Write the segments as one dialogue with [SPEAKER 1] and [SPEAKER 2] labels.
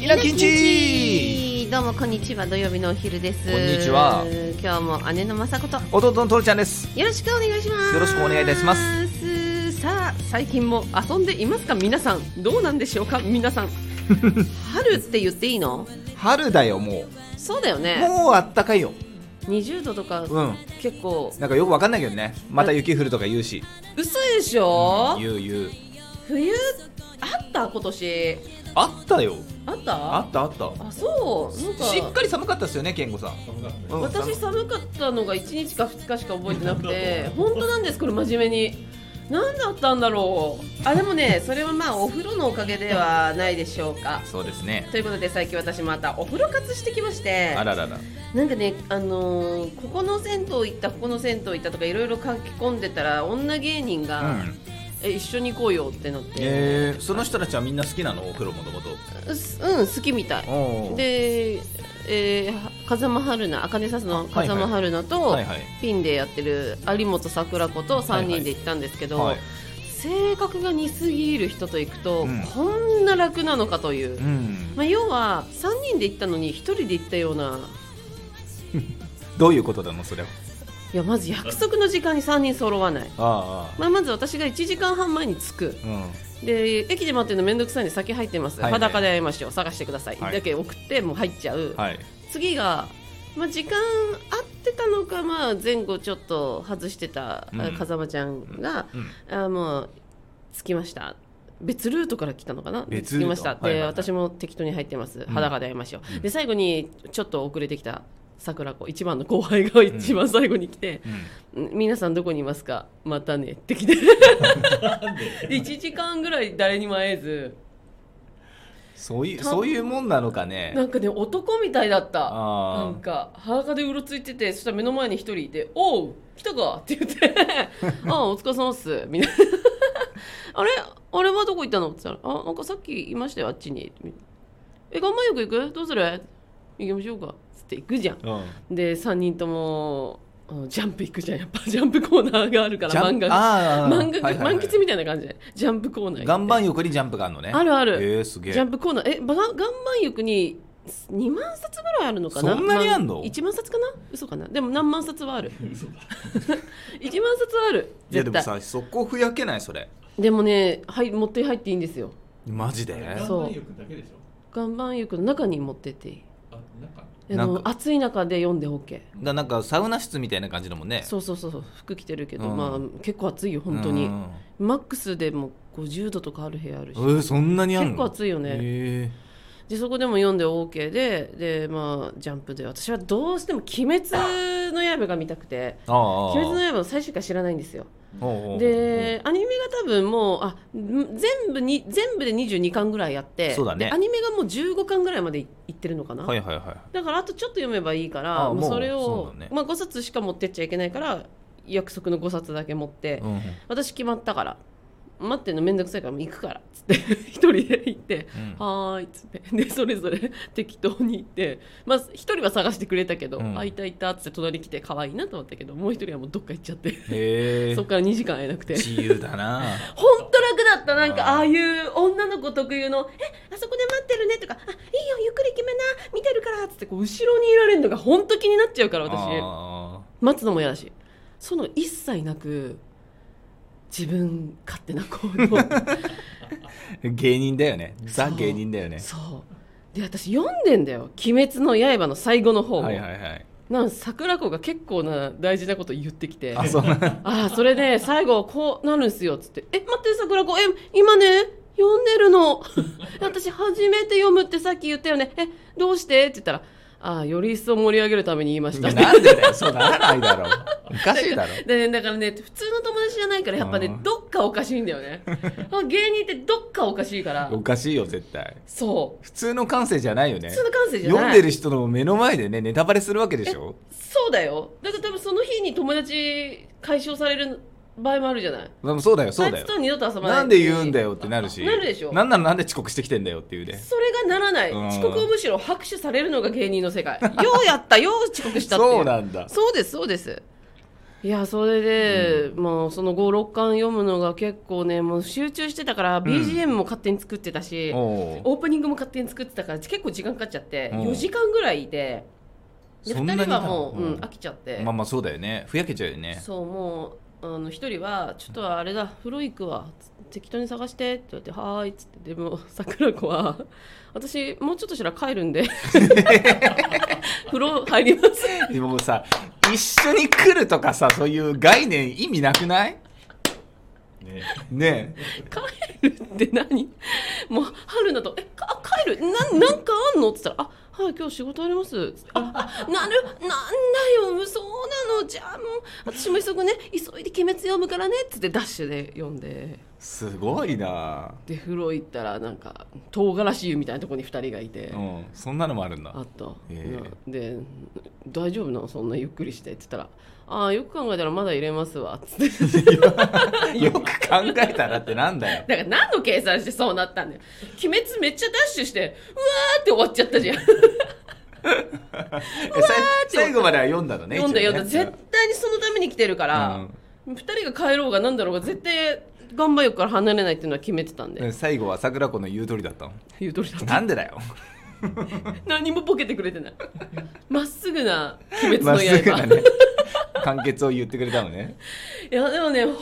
[SPEAKER 1] イラキンチ
[SPEAKER 2] どうもこんにちは土曜日のお昼です
[SPEAKER 1] こんにちは
[SPEAKER 2] 今日も姉の雅子と
[SPEAKER 1] 弟のトルちゃんです
[SPEAKER 2] よろしくお願いします
[SPEAKER 1] よろしくお願いいたします
[SPEAKER 2] さあ最近も遊んでいますか皆さんどうなんでしょうか皆 さん春って言っていいの
[SPEAKER 1] 春だよも
[SPEAKER 2] そうだよ
[SPEAKER 1] う
[SPEAKER 2] ね
[SPEAKER 1] もうあったかいよ
[SPEAKER 2] 20度とか
[SPEAKER 1] うん
[SPEAKER 2] 結構
[SPEAKER 1] なんかよくわかんないけどねまた雪降るとか言うし
[SPEAKER 2] 嘘でしょ
[SPEAKER 1] 言う言う
[SPEAKER 2] 冬あった今年
[SPEAKER 1] あったよ
[SPEAKER 2] あった
[SPEAKER 1] あったあった
[SPEAKER 2] あそうなんか
[SPEAKER 1] しっかり寒かったですよね健吾さんうん
[SPEAKER 2] 私
[SPEAKER 1] 寒
[SPEAKER 2] 寒かったのが1日か2日しか覚えてなくて本当なんですこれ真面目に何だったんだろうあでもねそれはまあお風呂のおかげではないでしょうか
[SPEAKER 1] そうですね
[SPEAKER 2] ということで最近私またお風呂活してきまして
[SPEAKER 1] あららら
[SPEAKER 2] なんかねあのーここの銭湯行ったここの銭湯行ったとかいろいろ書き込んでたら女芸人
[SPEAKER 1] う
[SPEAKER 2] が、
[SPEAKER 1] ん
[SPEAKER 2] え一緒に行こうよってなって、
[SPEAKER 1] えーその人たちはみんな好きなのお風呂もともと
[SPEAKER 2] うすうん好きみたい
[SPEAKER 1] おー
[SPEAKER 2] で、えー、風間春菜茜さすの風間春菜と、
[SPEAKER 1] はいはい
[SPEAKER 2] ピンでやってる有本桜子と3人で行ったんですけど、
[SPEAKER 1] はい
[SPEAKER 2] 性格が似すぎる人と行くと、
[SPEAKER 1] うん
[SPEAKER 2] こんな楽なのかという、
[SPEAKER 1] うん
[SPEAKER 2] まあ、要は3人で行ったのに1人で行ったような
[SPEAKER 1] どういうことなのそれはい
[SPEAKER 2] やまず約束の時間に3人揃わない、
[SPEAKER 1] ああ
[SPEAKER 2] まあ、まず私が1時間半前に着く
[SPEAKER 1] ああうん
[SPEAKER 2] で駅で待ってるの面倒くさいんで先入ってます、
[SPEAKER 1] はいはい
[SPEAKER 2] 裸で会いましょう探してください、
[SPEAKER 1] はい
[SPEAKER 2] だけ送ってもう入っちゃう、
[SPEAKER 1] はい
[SPEAKER 2] 次が、まあ、時間合ってたのか、まあ、前後ちょっと外してた、あ
[SPEAKER 1] うん
[SPEAKER 2] 風間ちゃんが、
[SPEAKER 1] うん
[SPEAKER 2] あもう着きました別ルートから来たのかな着
[SPEAKER 1] 別ルート
[SPEAKER 2] きましたで、
[SPEAKER 1] はいはいはい
[SPEAKER 2] 私も適当に入ってます
[SPEAKER 1] ん
[SPEAKER 2] 裸で会いましょう、
[SPEAKER 1] うん
[SPEAKER 2] で最後にちょっと遅れてきた桜子一番の後輩が一番最後に来て
[SPEAKER 1] うん
[SPEAKER 2] 「ん皆さんどこにいますかまたね」って来て で1時間ぐらい誰にも会えず
[SPEAKER 1] そういう
[SPEAKER 2] た
[SPEAKER 1] そういうもんなのかね
[SPEAKER 2] なんかね男みたいだったな
[SPEAKER 1] あ
[SPEAKER 2] んか裸でうろついててそしたら目の前に一人いて「おう来たか」って言 って「ああお疲れ様っす」みたいな 「あれあれはどこ行ったの?」って言ったら「あなんかさっきいましたよあっちに」え岩盤浴行くどうする行きましょうか」つって行くじゃん
[SPEAKER 1] あ、
[SPEAKER 2] で3人ともあのジャンプ行くじゃんやっぱジャンプコーナーがあるから
[SPEAKER 1] ジャ
[SPEAKER 2] 漫
[SPEAKER 1] ン
[SPEAKER 2] 画が
[SPEAKER 1] あ
[SPEAKER 2] 漫画
[SPEAKER 1] あ
[SPEAKER 2] が、
[SPEAKER 1] はいはいはい
[SPEAKER 2] 満喫みたいな感じでジャンプコーナー行って
[SPEAKER 1] 岩盤浴にジャンプがあるのね
[SPEAKER 2] あるある
[SPEAKER 1] えー、すげえ
[SPEAKER 2] ジャンプコーナーえば岩盤浴に2万冊ぐらいあるのかな
[SPEAKER 1] そんなにあんの
[SPEAKER 2] ま1万冊かな嘘かなでも何万冊 はある 1万冊はある
[SPEAKER 1] いや
[SPEAKER 2] 絶
[SPEAKER 1] でも
[SPEAKER 2] 対
[SPEAKER 1] さそこふやけないそれ
[SPEAKER 2] でもね、はい、持って入っていいんですよ
[SPEAKER 1] マジで
[SPEAKER 2] そう
[SPEAKER 3] 岩盤浴だけでしょ
[SPEAKER 2] 岩盤浴の中に持ってっていい
[SPEAKER 3] あ中
[SPEAKER 2] あの
[SPEAKER 1] なんか
[SPEAKER 2] 暑い中で読んで OK
[SPEAKER 1] だなんかサウナ室みたいな感じだもんね
[SPEAKER 2] そうそうそうそう服着てるけど、
[SPEAKER 1] うん
[SPEAKER 2] まあ結構暑いよ本当に
[SPEAKER 1] うん
[SPEAKER 2] マックスでも50度とかある部屋あるし
[SPEAKER 1] えー、そんなにあるの
[SPEAKER 2] 結構暑いよね
[SPEAKER 1] え
[SPEAKER 2] でそこでも読んで OK ででまあジャンプで私はどうしても「鬼滅の刃」が見たくて
[SPEAKER 1] ー、ああ
[SPEAKER 2] 「鬼滅の刃」の最終回知らないんですよ
[SPEAKER 1] おうおう
[SPEAKER 2] でアニメが多分もうあん全部に全部で22巻ぐらいやって
[SPEAKER 1] そうだね
[SPEAKER 2] でアニメがもう15巻ぐらいまでいいってるのかな、
[SPEAKER 1] はいはいはい
[SPEAKER 2] だからあとちょっと読めばいいから
[SPEAKER 1] あ
[SPEAKER 2] もう
[SPEAKER 1] もう
[SPEAKER 2] それを
[SPEAKER 1] そうだね
[SPEAKER 2] まあ、5冊しか持ってっちゃいけないから約束の5冊だけ持って、
[SPEAKER 1] うんうん
[SPEAKER 2] 私決まったから待ってるの面倒くさいからもう行くからっつって 一人で行って「はーい」っつってでそれぞれ 適当に行ってまあ一人は探してくれたけど「
[SPEAKER 1] うん
[SPEAKER 2] あいたいた」っつって隣来て可愛いなと思ったけどもう一人はもうどっか行っちゃって
[SPEAKER 1] へえ
[SPEAKER 2] そっから2時間会えなくて
[SPEAKER 1] 自由だな
[SPEAKER 2] 本当楽だったなんか
[SPEAKER 1] あー
[SPEAKER 2] ああいう女の子特有の「えあそこで待ってるね」とか「あいいよゆっくり決めな見てるから」っつってこう後ろにいられるのが本当気になっちゃうから 私
[SPEAKER 1] あ
[SPEAKER 2] 待つのも嫌だしその一切なく自分勝手な行 動
[SPEAKER 1] ー芸人だよねザ
[SPEAKER 2] そう
[SPEAKER 1] 芸人だよね
[SPEAKER 2] そうで私読んでんだよ「鬼滅の刃」の最後の方も、
[SPEAKER 1] はいはいはい
[SPEAKER 2] なん桜子が結構な大事なこと言ってきて
[SPEAKER 1] あそうな
[SPEAKER 2] ああそれで最後こうなるんすよっつって「え待って桜子え今ね読んでるの 私初めて読むってさっき言ったよねえどうして?」って言ったら「ああより一層盛り上げるために言いまし
[SPEAKER 1] い
[SPEAKER 2] た」
[SPEAKER 1] やなんでだよそうならないだろうおかしいだろ
[SPEAKER 2] でだからね普通の友達じゃないからやっぱ
[SPEAKER 1] う
[SPEAKER 2] ね
[SPEAKER 1] ん
[SPEAKER 2] どっかおかしいんだよ ねあ芸人ってどっかおかしいから
[SPEAKER 1] おかしいよ絶対
[SPEAKER 2] そう
[SPEAKER 1] 普通の感性じゃないよね
[SPEAKER 2] 普通の感性じゃない
[SPEAKER 1] 読んでる人の目の前でねネタバレするわけでしょ
[SPEAKER 2] そうだよだから多分その日に友達解消される場合もあるじゃない
[SPEAKER 1] でもそうだよそう
[SPEAKER 2] あ
[SPEAKER 1] だ
[SPEAKER 2] い
[SPEAKER 1] よ
[SPEAKER 2] つとは二度と遊ばない
[SPEAKER 1] なんで言うんだよってなるし
[SPEAKER 2] なるでしょ
[SPEAKER 1] なんなのなんで遅刻してきてんだよっていうね
[SPEAKER 2] それがならない
[SPEAKER 1] うん
[SPEAKER 2] 遅刻をむしろ拍手さ れるのが芸人の世界ようやったよう遅刻したっていう
[SPEAKER 1] そうなんだ
[SPEAKER 2] そうですそうですいやそれで、もうその56巻読むのが結構ねもう集中してたから、BGM も勝手に作ってたし
[SPEAKER 1] おう
[SPEAKER 2] オープニングも勝手に作ってたから結構時間かかっちゃって
[SPEAKER 1] うん
[SPEAKER 2] 4時間ぐらいでで
[SPEAKER 1] そんなに
[SPEAKER 2] 2人はもう、
[SPEAKER 1] う
[SPEAKER 2] うんん、飽きちゃって、
[SPEAKER 1] まあまあそうだよねふやけちゃうよね
[SPEAKER 2] そうもうあの1人は「ちょっとあれだ風呂行くわつって適当に探して」って言われて「はーい」っつってでも桜子は 「私もうちょっとしたら帰るんで 風呂入ります」
[SPEAKER 1] でもさ一緒に来るとかさそういう概念意味なくない
[SPEAKER 3] ね
[SPEAKER 1] ね
[SPEAKER 2] 帰るって何 もう春だと「えか帰るななんかあんの?」っつったら「あはい今日仕事あります」つってあ あなるなんだよそうなのじゃあもう私も急ぐね急いで鬼滅読むからね」っつってダッシュで読んです
[SPEAKER 1] ごいな
[SPEAKER 2] で風呂行ったらなんか唐辛子湯みたいなとこに2人がいて、
[SPEAKER 1] うんそんなのもあるんだ
[SPEAKER 2] あった、
[SPEAKER 1] え
[SPEAKER 2] うんで「大丈夫なのそんなゆっくりして」って言ったら「ああよく考えたらまだ入れますわ」つって
[SPEAKER 1] よく考えたらってなんだよ
[SPEAKER 2] だから何の計算してそうなったんだよ鬼滅めっちゃダッシュしてうわーって終わっちゃったじゃん
[SPEAKER 1] えさい最後までは読んだのね
[SPEAKER 2] 読んだ
[SPEAKER 1] 一応
[SPEAKER 2] 読ん
[SPEAKER 1] ね
[SPEAKER 2] だ絶対にそのために来てるから、二2人が帰ろうが何だろうが絶対岩盤浴から離れないっていうのは決めてたんで、
[SPEAKER 1] うん最後は桜子の言う通り だったの
[SPEAKER 2] 言う通りだった
[SPEAKER 1] なんでだよ
[SPEAKER 2] 何もボケてくれてないまっすぐな鬼滅
[SPEAKER 1] ま
[SPEAKER 2] の
[SPEAKER 1] っすぐ
[SPEAKER 2] 刃、
[SPEAKER 1] なね完結を言ってくれたのね
[SPEAKER 2] いやでもねほんと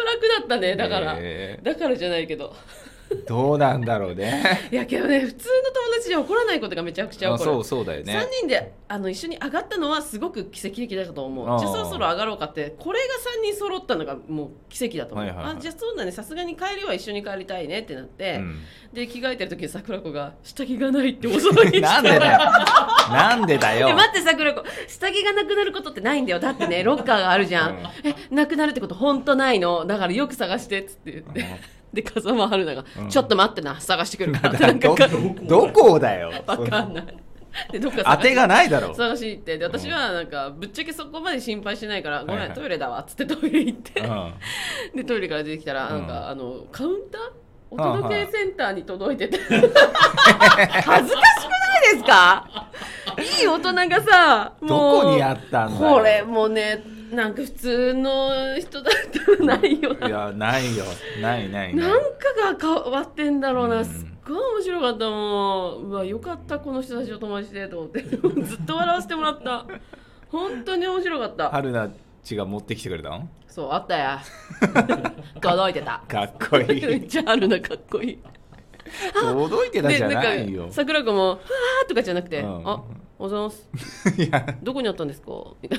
[SPEAKER 2] 楽だったねだから、
[SPEAKER 1] え
[SPEAKER 2] だからじゃないけど
[SPEAKER 1] ーどうなんだろ うね
[SPEAKER 2] いやけどね普通の友達じゃ怒らないことがめちゃくちゃ
[SPEAKER 1] あ
[SPEAKER 2] 怒る
[SPEAKER 1] そうそうだよ
[SPEAKER 2] 3
[SPEAKER 1] ね
[SPEAKER 2] 人であの一緒に上がったのはすごく奇跡的だと思
[SPEAKER 1] あ
[SPEAKER 2] う
[SPEAKER 1] ー
[SPEAKER 2] じゃあそろそろ上がろうかってこれが3人揃ったのがもう奇跡だと思う、
[SPEAKER 1] はいはいはい
[SPEAKER 2] あじゃあそうだねさすがに帰りは一緒に帰りたいねってなって、
[SPEAKER 1] うん
[SPEAKER 2] で着替えてる時に桜子が下着がないって恐ろしい
[SPEAKER 1] なんでだよ なんでだよ
[SPEAKER 2] え待って桜子下着がなくなることってないんだよだってねロッカーがあるじゃん、
[SPEAKER 1] うん
[SPEAKER 2] えなくなるってこと本当ないのだからよく探してっつって言って、で風間春菜が、
[SPEAKER 1] うん
[SPEAKER 2] ちょっと待ってな探してくるから」って
[SPEAKER 1] な
[SPEAKER 2] なんん
[SPEAKER 1] か
[SPEAKER 2] か
[SPEAKER 1] ど
[SPEAKER 2] か
[SPEAKER 1] どこだよ
[SPEAKER 2] わかんないでどっか
[SPEAKER 1] 当
[SPEAKER 2] 探して
[SPEAKER 1] がないだろ
[SPEAKER 2] 探しに行ってで私はなんかぶっちゃけそこまで心配してないから「ごめんトイレだわ」っつってトイレ行って、
[SPEAKER 1] うん
[SPEAKER 2] でトイレから出てきたら
[SPEAKER 1] うん
[SPEAKER 2] なんか、あのカウンターお届けセンターに届い てて恥ずかしくないですか いい大人がさ
[SPEAKER 1] ど
[SPEAKER 2] もう
[SPEAKER 1] こにあったんだよ
[SPEAKER 2] これもうねなんか普通の人だったらないよない
[SPEAKER 1] やないよないないな
[SPEAKER 2] な
[SPEAKER 1] い
[SPEAKER 2] んかが変わってんだろうな、
[SPEAKER 1] うん
[SPEAKER 2] すっごい面白かったもんうわよかったこの人たちを友達でと思って ずっと笑わせてもらった本当に面白かった
[SPEAKER 1] 春菜ちが持ってきてくれたの
[SPEAKER 2] そうあったや 届いて た
[SPEAKER 1] かっこい
[SPEAKER 2] め
[SPEAKER 1] い
[SPEAKER 2] っちゃあるなかっこいい
[SPEAKER 1] 届いてたじゃないよ
[SPEAKER 2] 桜子も「わー」とかじゃなくて「
[SPEAKER 1] うん
[SPEAKER 2] あおはようございます
[SPEAKER 1] いや
[SPEAKER 2] どこにあったんですか?」みたい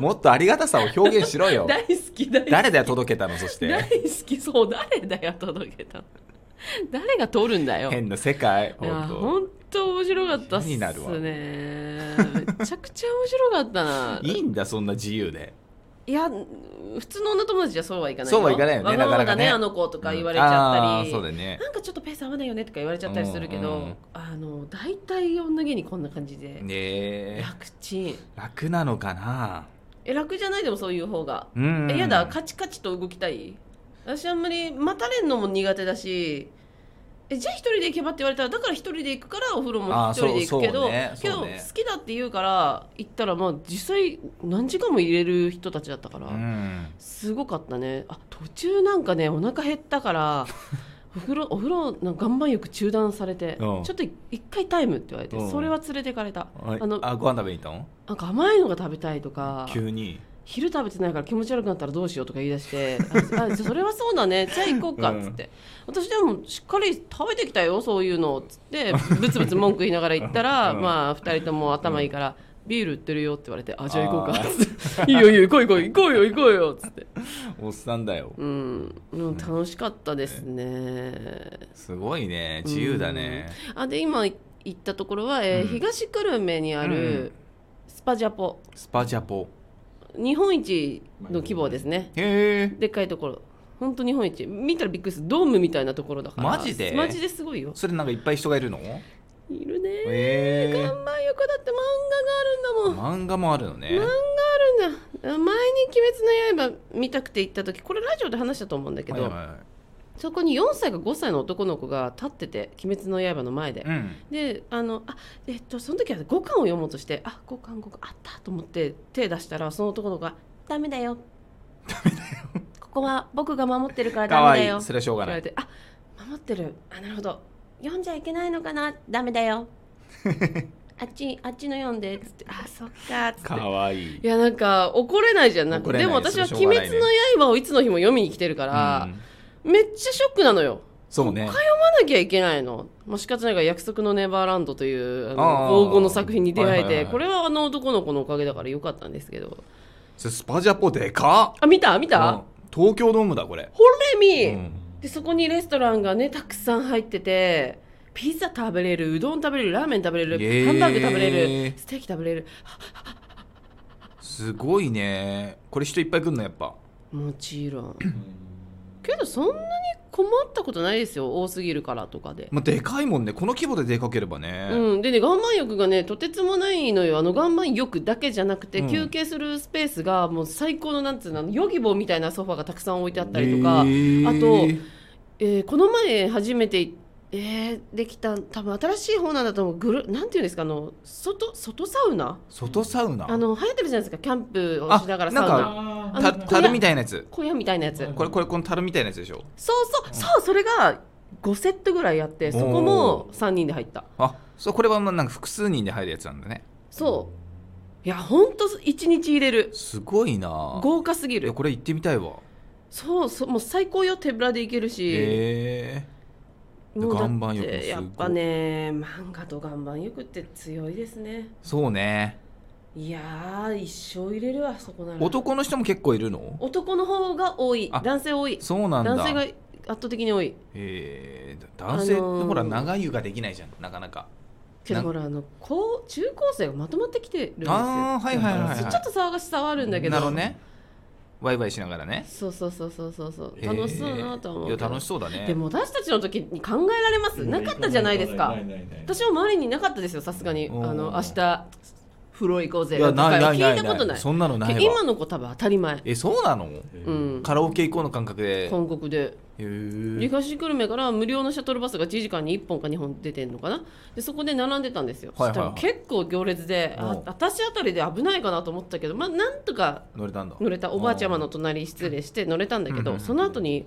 [SPEAKER 1] もっとありがたさを表現し ろ
[SPEAKER 2] な
[SPEAKER 1] よ
[SPEAKER 2] 大好き大好き
[SPEAKER 1] 誰だよ届けたのそし
[SPEAKER 2] 大
[SPEAKER 1] て
[SPEAKER 2] 好きそう誰だよ届けたの誰が取るんだよ
[SPEAKER 1] 変な世界
[SPEAKER 2] いや
[SPEAKER 1] 本
[SPEAKER 2] 本当面白かったっす
[SPEAKER 1] 気
[SPEAKER 2] ね
[SPEAKER 1] になるわ
[SPEAKER 2] めちゃくちゃ面白かったな
[SPEAKER 1] 当いいんだそんな自由で
[SPEAKER 2] いや普通の女友達じゃそうはいかない
[SPEAKER 1] そうはいかないよね
[SPEAKER 2] わがまま
[SPEAKER 1] なかなか
[SPEAKER 2] だ
[SPEAKER 1] ね
[SPEAKER 2] ねあの子とか言われちゃった
[SPEAKER 1] うんあー
[SPEAKER 2] り、
[SPEAKER 1] そうだよね
[SPEAKER 2] なんかちょっとペース合わないよねとか言われちゃったりするけど、
[SPEAKER 1] うんうん
[SPEAKER 2] あの大体女芸人こんな感じで、
[SPEAKER 1] ねえ
[SPEAKER 2] 楽ちん
[SPEAKER 1] 楽なのかな
[SPEAKER 2] え楽じゃないでもそういう方が、
[SPEAKER 1] うん
[SPEAKER 2] えやだカチカチと動きたい私あんまり待たれんのも苦手だしえじゃあ一人で行けばって言われたらだから一人で行くからお風呂も
[SPEAKER 1] あー
[SPEAKER 2] 一人で行くけど、
[SPEAKER 1] そうそうね
[SPEAKER 2] けど
[SPEAKER 1] そう
[SPEAKER 2] 好
[SPEAKER 1] ね
[SPEAKER 2] きだって言うから行ったらまあ実際何時間も入れる人たちだったから、
[SPEAKER 1] うん
[SPEAKER 2] すごかったねあ途中なんかねお腹減ったから お風呂お風呂の岩盤浴中断されて、
[SPEAKER 1] うん
[SPEAKER 2] ちょっと一回タイムって言われて、
[SPEAKER 1] うん
[SPEAKER 2] それは連れてかれた、
[SPEAKER 1] あ
[SPEAKER 2] あの
[SPEAKER 1] あご飯食べに行っ
[SPEAKER 2] なんか甘いのが食べたいとか
[SPEAKER 1] たの急に
[SPEAKER 2] 昼食べてないから気持ち悪くなったらどうしようとか言い出 して「ああそれはそうだねじゃあ行こうか」っつって、私でもしっかり食べてきたよそういうのっつってブツブツ文句言いながら行ったら、
[SPEAKER 1] うん
[SPEAKER 2] まあ2人とも頭いいから。ビール売ってるよって言われて「あじゃあ行こうか」
[SPEAKER 1] あ
[SPEAKER 2] つって「いい よいいよ行こう行こう行こうよ行こうよ」っつって
[SPEAKER 1] おっさんだよ
[SPEAKER 2] うん、うん、楽しかったですね
[SPEAKER 1] すごいね自由だね
[SPEAKER 2] あで今行ったところは、えー
[SPEAKER 1] うん
[SPEAKER 2] 東久留米にあ
[SPEAKER 1] うん
[SPEAKER 2] るスパジャポ
[SPEAKER 1] スパジャポ
[SPEAKER 2] 日本一の規模ですね
[SPEAKER 1] へえ
[SPEAKER 2] でっかいところ本当日本一見たらびっくりするドームみたいなところだから
[SPEAKER 1] マジで
[SPEAKER 2] マジですごいよ
[SPEAKER 1] それなんかいっぱい人がいるの
[SPEAKER 2] いるね
[SPEAKER 1] へ
[SPEAKER 2] 岩
[SPEAKER 1] え
[SPEAKER 2] 盤浴だって漫画があるんだもん
[SPEAKER 1] 漫画もあるのね
[SPEAKER 2] 漫画あるんだ前に「鬼滅の刃」見たくて行った時これラジオで話したと思うんだけど、
[SPEAKER 1] はいはい
[SPEAKER 2] そこに4歳か5歳の男の子が立ってて「鬼滅の刃」の前で、
[SPEAKER 1] うん
[SPEAKER 2] であのあえっとその時は五巻を読もうとしてあ五巻五巻あったと思って手出したらその男の子が「ダメだよ」ここは僕が守ってるから
[SPEAKER 1] か
[SPEAKER 2] ダ
[SPEAKER 1] わ
[SPEAKER 2] メだ
[SPEAKER 1] い
[SPEAKER 2] よ」
[SPEAKER 1] いそれはしょうが
[SPEAKER 2] 言わ
[SPEAKER 1] な
[SPEAKER 2] れて
[SPEAKER 1] い
[SPEAKER 2] 「あ守ってるあなるほど読んじゃいけないのかなダメだ よ」あっちあっちの読んで」つって「あそっか」つって
[SPEAKER 1] か。わいい
[SPEAKER 2] いやなんか怒れないじゃんなんか
[SPEAKER 1] 怒れ
[SPEAKER 2] で
[SPEAKER 1] ない
[SPEAKER 2] も私は「
[SPEAKER 1] それ
[SPEAKER 2] 鬼
[SPEAKER 1] しょうが
[SPEAKER 2] 滅
[SPEAKER 1] ないね
[SPEAKER 2] の刃」をいつの日も読みに来てるから
[SPEAKER 1] う、ん
[SPEAKER 2] めっちゃショックなのよ
[SPEAKER 1] そうね
[SPEAKER 2] なきゃいけないの、まあ、仕方ないが約束のネバーランドというあ
[SPEAKER 1] あ
[SPEAKER 2] の
[SPEAKER 1] ー
[SPEAKER 2] 黄金の作品に出会えて、
[SPEAKER 1] はいはいはいはい
[SPEAKER 2] これはあの男の子のおかげだからよかったんですけど
[SPEAKER 1] それスパジャポでかっ
[SPEAKER 2] あ見た見た、
[SPEAKER 1] うん東京ドームだこれ
[SPEAKER 2] ほれみ、
[SPEAKER 1] うん
[SPEAKER 2] でそこにレストランがねたくさん入っててピザ食べれるうどん食べれるラーメン食べれる、
[SPEAKER 1] へー
[SPEAKER 2] ハンバーグ食べれるステーキ食べれる
[SPEAKER 1] すごいねこれ人いっぱい来んのやっぱ
[SPEAKER 2] もちろんけどそんなに困ったことないですよ多すぎるからとかで。
[SPEAKER 1] まあ、でかいもんねこの規模ででかければね、
[SPEAKER 2] うん、でね岩盤浴がねとてつもないのよあの岩盤浴だけじゃなくて、
[SPEAKER 1] うん
[SPEAKER 2] 休憩するスペースがもう最高のなんつうのあのヨギボーみたいなソファーがたくさん置いてあったりとか、
[SPEAKER 1] へー
[SPEAKER 2] あとえーこの前初めてい、えーできた多分新しい方なんだと思うぐるなんていうんですかあの外外サウナ
[SPEAKER 1] 外サウナ
[SPEAKER 2] あの流行ってるじゃないですかキャンプをしながらサウ
[SPEAKER 1] あ
[SPEAKER 2] ナ
[SPEAKER 3] あ
[SPEAKER 2] あ
[SPEAKER 1] た
[SPEAKER 2] の
[SPEAKER 1] 樽みたいなやつ
[SPEAKER 2] 小屋みたいなやつ
[SPEAKER 1] これこれこの樽みたいなやつでしょ
[SPEAKER 2] そうそうそうそれが5セットぐらいあってそこも3人で入った
[SPEAKER 1] あそうこれはまあなんか複数人で入るやつなんだね
[SPEAKER 2] そういやほんと1日入れる
[SPEAKER 1] すごいな
[SPEAKER 2] 豪華すぎ
[SPEAKER 1] いや
[SPEAKER 2] る
[SPEAKER 1] これ行ってみたいわ
[SPEAKER 2] そうそうもう最高よ手ぶらでいけるし、
[SPEAKER 1] へえ
[SPEAKER 2] もうだって
[SPEAKER 1] 岩盤浴もすごい
[SPEAKER 2] やっぱね漫画と岩盤浴って強いですね
[SPEAKER 1] そうね
[SPEAKER 2] いやー一生入れるわそこなら
[SPEAKER 1] 男の人も結構いるの
[SPEAKER 2] 男の方が多い
[SPEAKER 1] あ
[SPEAKER 2] 男性多い
[SPEAKER 1] そうなんだ
[SPEAKER 2] 男性が圧倒的に多い
[SPEAKER 1] えー男性って
[SPEAKER 2] あのー
[SPEAKER 1] ほら長湯ができないじゃんなかなか
[SPEAKER 2] けど
[SPEAKER 1] な
[SPEAKER 2] ほらあの高中高生がまとまってきてるんですよ
[SPEAKER 1] ああはいはいはい、はい、
[SPEAKER 2] ちょっと騒がしさはあるんだけど
[SPEAKER 1] なるほどねワイワイしながらね
[SPEAKER 2] そうそうそうそうそうそう楽しそうだなとは思うけ
[SPEAKER 1] へーい
[SPEAKER 2] ど
[SPEAKER 1] や楽しそうだね
[SPEAKER 2] でも私たちの時に考えられますなかったじゃないですか
[SPEAKER 3] ないないない
[SPEAKER 2] 私は周りにいなかったですよさすがにあ
[SPEAKER 1] おー
[SPEAKER 2] の明日風呂行こうぜ
[SPEAKER 1] いや
[SPEAKER 2] とか
[SPEAKER 1] ないないな
[SPEAKER 2] 聞
[SPEAKER 1] い
[SPEAKER 2] いたことない
[SPEAKER 1] そんなのないわ
[SPEAKER 2] け今の子多分当たり前
[SPEAKER 1] えそうなの
[SPEAKER 2] うん
[SPEAKER 1] カラオケ行こうの感覚で
[SPEAKER 2] 韓国で
[SPEAKER 1] へー
[SPEAKER 2] 東久留米から無料のシャトルバスが1時間に1本か2本出てんのかなでそこで並んでたんですよ、
[SPEAKER 1] はいはいはい
[SPEAKER 2] そしたら結構行列であ
[SPEAKER 1] お
[SPEAKER 2] 私あたりで危ないかなと思ったけどまあなんとか
[SPEAKER 1] 乗れたんだ
[SPEAKER 2] 乗れたおばあちゃまの隣失礼して乗れたんだけ
[SPEAKER 1] うんうんう
[SPEAKER 2] ど
[SPEAKER 1] ん
[SPEAKER 2] その後に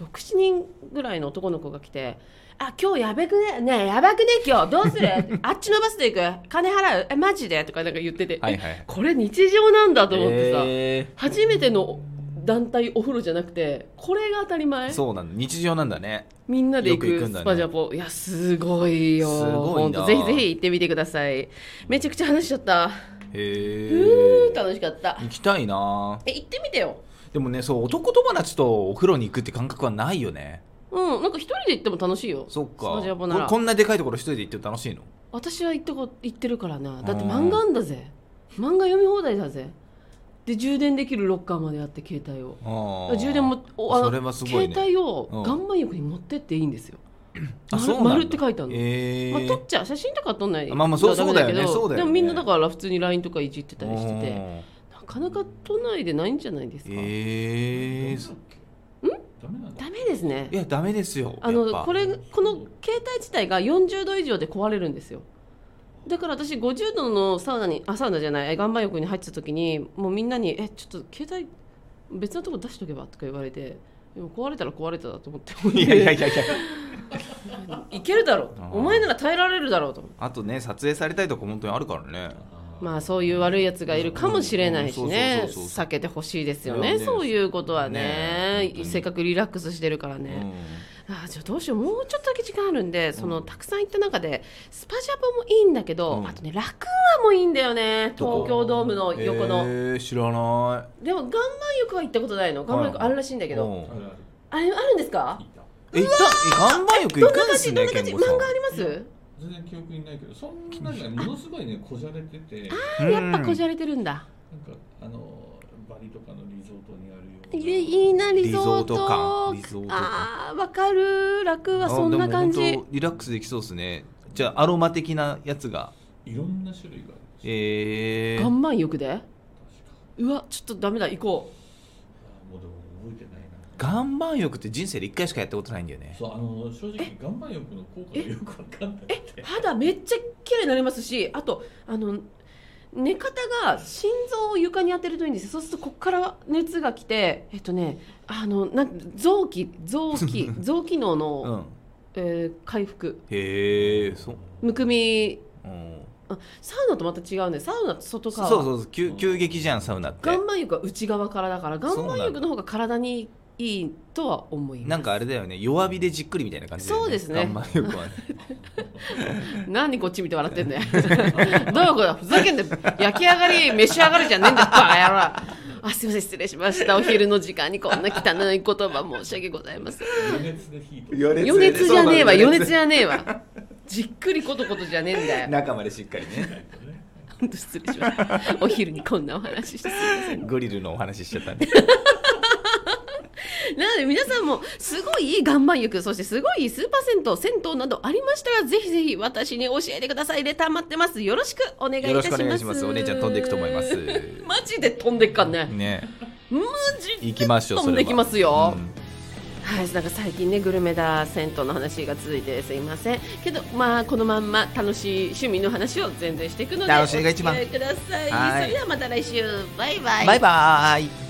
[SPEAKER 2] 67人ぐらいの男の子が来て「あ今日やばくねねえやばくね今日どうする あっちのバスで行く金払うえマジで?」とかなんか言ってて、
[SPEAKER 1] はいはい
[SPEAKER 2] えこれ日常なんだと思ってさ、
[SPEAKER 1] え
[SPEAKER 2] 初めての団体お風呂じゃなくてこれが当たり前
[SPEAKER 1] ーそうなんだ日常なんだね
[SPEAKER 2] みんなで行
[SPEAKER 1] よく行く
[SPEAKER 2] く
[SPEAKER 1] んだね
[SPEAKER 2] スパジャポ、いやすごいよ
[SPEAKER 1] すごいな
[SPEAKER 2] ほんとぜひぜひ行ってみてくださいめちゃくちゃ話しちゃった
[SPEAKER 1] へ
[SPEAKER 2] う
[SPEAKER 1] え
[SPEAKER 2] ー楽しかった
[SPEAKER 1] 行きたいな
[SPEAKER 2] え行ってみてよ
[SPEAKER 1] でもねそう男友達とお風呂に行くって感覚はないよね
[SPEAKER 2] うんなんか一人で行っても楽しいよ
[SPEAKER 1] そっか
[SPEAKER 2] スパジャポな
[SPEAKER 1] こ
[SPEAKER 2] ら
[SPEAKER 1] こんなでかいところ一人で行って楽しいの
[SPEAKER 2] 私は行ったこ行ってるからなだって
[SPEAKER 1] うん
[SPEAKER 2] 漫画あんだぜ漫画読み放題だぜで充電できるロッカーまであって携帯を
[SPEAKER 1] あー
[SPEAKER 2] 充電もおあの
[SPEAKER 1] それはすごいね
[SPEAKER 2] 携帯を
[SPEAKER 1] うん
[SPEAKER 2] 岩盤浴に持ってっていいんですよ、
[SPEAKER 1] あ
[SPEAKER 2] 丸
[SPEAKER 1] そうなんだ
[SPEAKER 2] 丸って書いてあるの
[SPEAKER 1] へ
[SPEAKER 2] まあ、
[SPEAKER 1] ー
[SPEAKER 2] 撮っちゃう写真とかは撮んない
[SPEAKER 1] まあまあそう
[SPEAKER 2] ダメけど
[SPEAKER 1] そうだよねそうだよね
[SPEAKER 2] でもみんなだから普通に LINE とかいじってたりして
[SPEAKER 1] う
[SPEAKER 2] て
[SPEAKER 1] ん
[SPEAKER 2] なかなか都内でないんじゃないですか、
[SPEAKER 1] えー
[SPEAKER 3] ダメなんだ
[SPEAKER 2] ダメですね
[SPEAKER 1] いやダメですよ
[SPEAKER 2] あ
[SPEAKER 1] やっぱ
[SPEAKER 2] のこれこの携帯自体が40度以上で壊れるんですよだから私50度のサウナにあサウナじゃないえ岩盤浴に入ってた時にもうみんなに「えちょっと携帯別のとこ出しとけば」とか言われてでも壊れたら壊れただと思って
[SPEAKER 1] いやいやいやいや
[SPEAKER 2] いけるだろう
[SPEAKER 1] あー
[SPEAKER 2] お前なら耐えられるだろうと思って
[SPEAKER 1] あとね撮影されたいとこ本当にあるからね
[SPEAKER 2] まあそういう悪いやつがいるかもしれないしね
[SPEAKER 1] うんそうそうそうそう
[SPEAKER 2] 避けてほしいですよ
[SPEAKER 1] い
[SPEAKER 2] ね
[SPEAKER 1] やね
[SPEAKER 2] そういうことはね
[SPEAKER 1] ね本当に
[SPEAKER 2] せっかくリラックスしてるからね、あーじゃあどうしようもうちょっとだけ時間あるんでその、
[SPEAKER 1] うん
[SPEAKER 2] たくさん行った中でスパジャポもいいんだけど、
[SPEAKER 1] うん
[SPEAKER 2] あとねラクーアもいいんだよね
[SPEAKER 1] どこ
[SPEAKER 2] 東京ドームの
[SPEAKER 1] うん
[SPEAKER 2] 横の、
[SPEAKER 1] えー知らな
[SPEAKER 2] でも岩盤浴は行ったことないの岩盤浴あるらしいんだ
[SPEAKER 1] い
[SPEAKER 2] けど、
[SPEAKER 1] うん
[SPEAKER 3] あるある
[SPEAKER 2] あれあるんですか
[SPEAKER 1] え
[SPEAKER 3] 聞いた
[SPEAKER 1] 行ったえ岩盤浴行
[SPEAKER 2] どんな
[SPEAKER 1] くん
[SPEAKER 2] 感
[SPEAKER 1] す
[SPEAKER 2] じどん
[SPEAKER 1] ね
[SPEAKER 2] な感じ
[SPEAKER 1] 健
[SPEAKER 2] 漫
[SPEAKER 1] 吾さん
[SPEAKER 2] 画あります
[SPEAKER 3] 全然記憶にないけどそんなにものすごいねこじゃれててなんか
[SPEAKER 2] あやっぱこじゃれてるんだ、
[SPEAKER 3] あのバリとかのリゾートにあるようない
[SPEAKER 2] やいいなリゾート
[SPEAKER 1] リゾート感リゾート感
[SPEAKER 2] あーわかるラクーアそんな感
[SPEAKER 1] あで
[SPEAKER 2] じ
[SPEAKER 1] も本当リラックスできそうですねじゃあアロマ的なやつが
[SPEAKER 3] いろんな種類がある
[SPEAKER 1] え
[SPEAKER 2] 岩
[SPEAKER 1] ー、
[SPEAKER 2] 盤浴で
[SPEAKER 3] 確か
[SPEAKER 2] うわちょっとダメだ行こう
[SPEAKER 3] あーもうでも覚えてないな
[SPEAKER 1] 岩盤浴って人生で一回しかやったことないんだよね
[SPEAKER 3] そうあの正直岩盤浴の効果がよくわかんなくて
[SPEAKER 2] 肌めっちゃ綺麗になりますしあとあの寝方が心臓を床に当てるといいんですよそうするとここから熱が来てえっとねあのなん臓器臓 器臓機能の、
[SPEAKER 1] うん
[SPEAKER 2] えー回復
[SPEAKER 1] へえそう、
[SPEAKER 2] むくみ
[SPEAKER 1] うん、
[SPEAKER 2] あサウナとまた違うんでサウナと外
[SPEAKER 1] そ
[SPEAKER 2] 側
[SPEAKER 1] うそうそう急急激じゃんサウナって
[SPEAKER 2] 岩盤浴は内側からだから岩
[SPEAKER 1] そうなんだ
[SPEAKER 2] 盤浴の方が体にいいとは思い
[SPEAKER 1] な
[SPEAKER 2] ます
[SPEAKER 1] んかあれだよね弱火でじっくりみたいな感じだよ
[SPEAKER 2] そうですね
[SPEAKER 1] 岩盤浴はね
[SPEAKER 2] 何こっち見て笑ってんだよ どういうことだふざけんなよ焼き上がり召し上がるじゃねえんだよバカ野郎あすいません失礼しましたお昼の時間にこんな汚い言葉申し訳ございません
[SPEAKER 3] 余熱で火と
[SPEAKER 1] 余
[SPEAKER 2] 余熱じゃねえわ
[SPEAKER 1] そうなんだよ
[SPEAKER 2] 余熱じゃねえわじっくりことことじゃねえんだよ
[SPEAKER 1] 中までしっかり ね
[SPEAKER 2] 本当失礼しましたお昼にこんなお話してすいません
[SPEAKER 1] グリルのお話ししちゃったんで
[SPEAKER 2] なので皆さんもすごいいい岩盤浴そしてすごいいいスーパー銭湯銭湯などありましたらぜひぜひ私に教えてください レター待ってますよろしくお願いいたします
[SPEAKER 1] よろしくお願いしますお姉ちゃん飛んでいくと思います
[SPEAKER 2] マジで飛んでっかんね
[SPEAKER 1] ね
[SPEAKER 2] マジで
[SPEAKER 1] 行きましょうそ
[SPEAKER 2] 飛ん
[SPEAKER 1] れは
[SPEAKER 2] できますよ、
[SPEAKER 1] うん
[SPEAKER 2] はいなんか最近ねグルメだ銭湯の話が続いてすいませんけどまあこのまんま楽しい趣味の話を全然していくので
[SPEAKER 1] 楽しいが一番
[SPEAKER 2] お付き合いください
[SPEAKER 1] はい
[SPEAKER 2] それではまた来週バイバイ
[SPEAKER 1] バイバーイ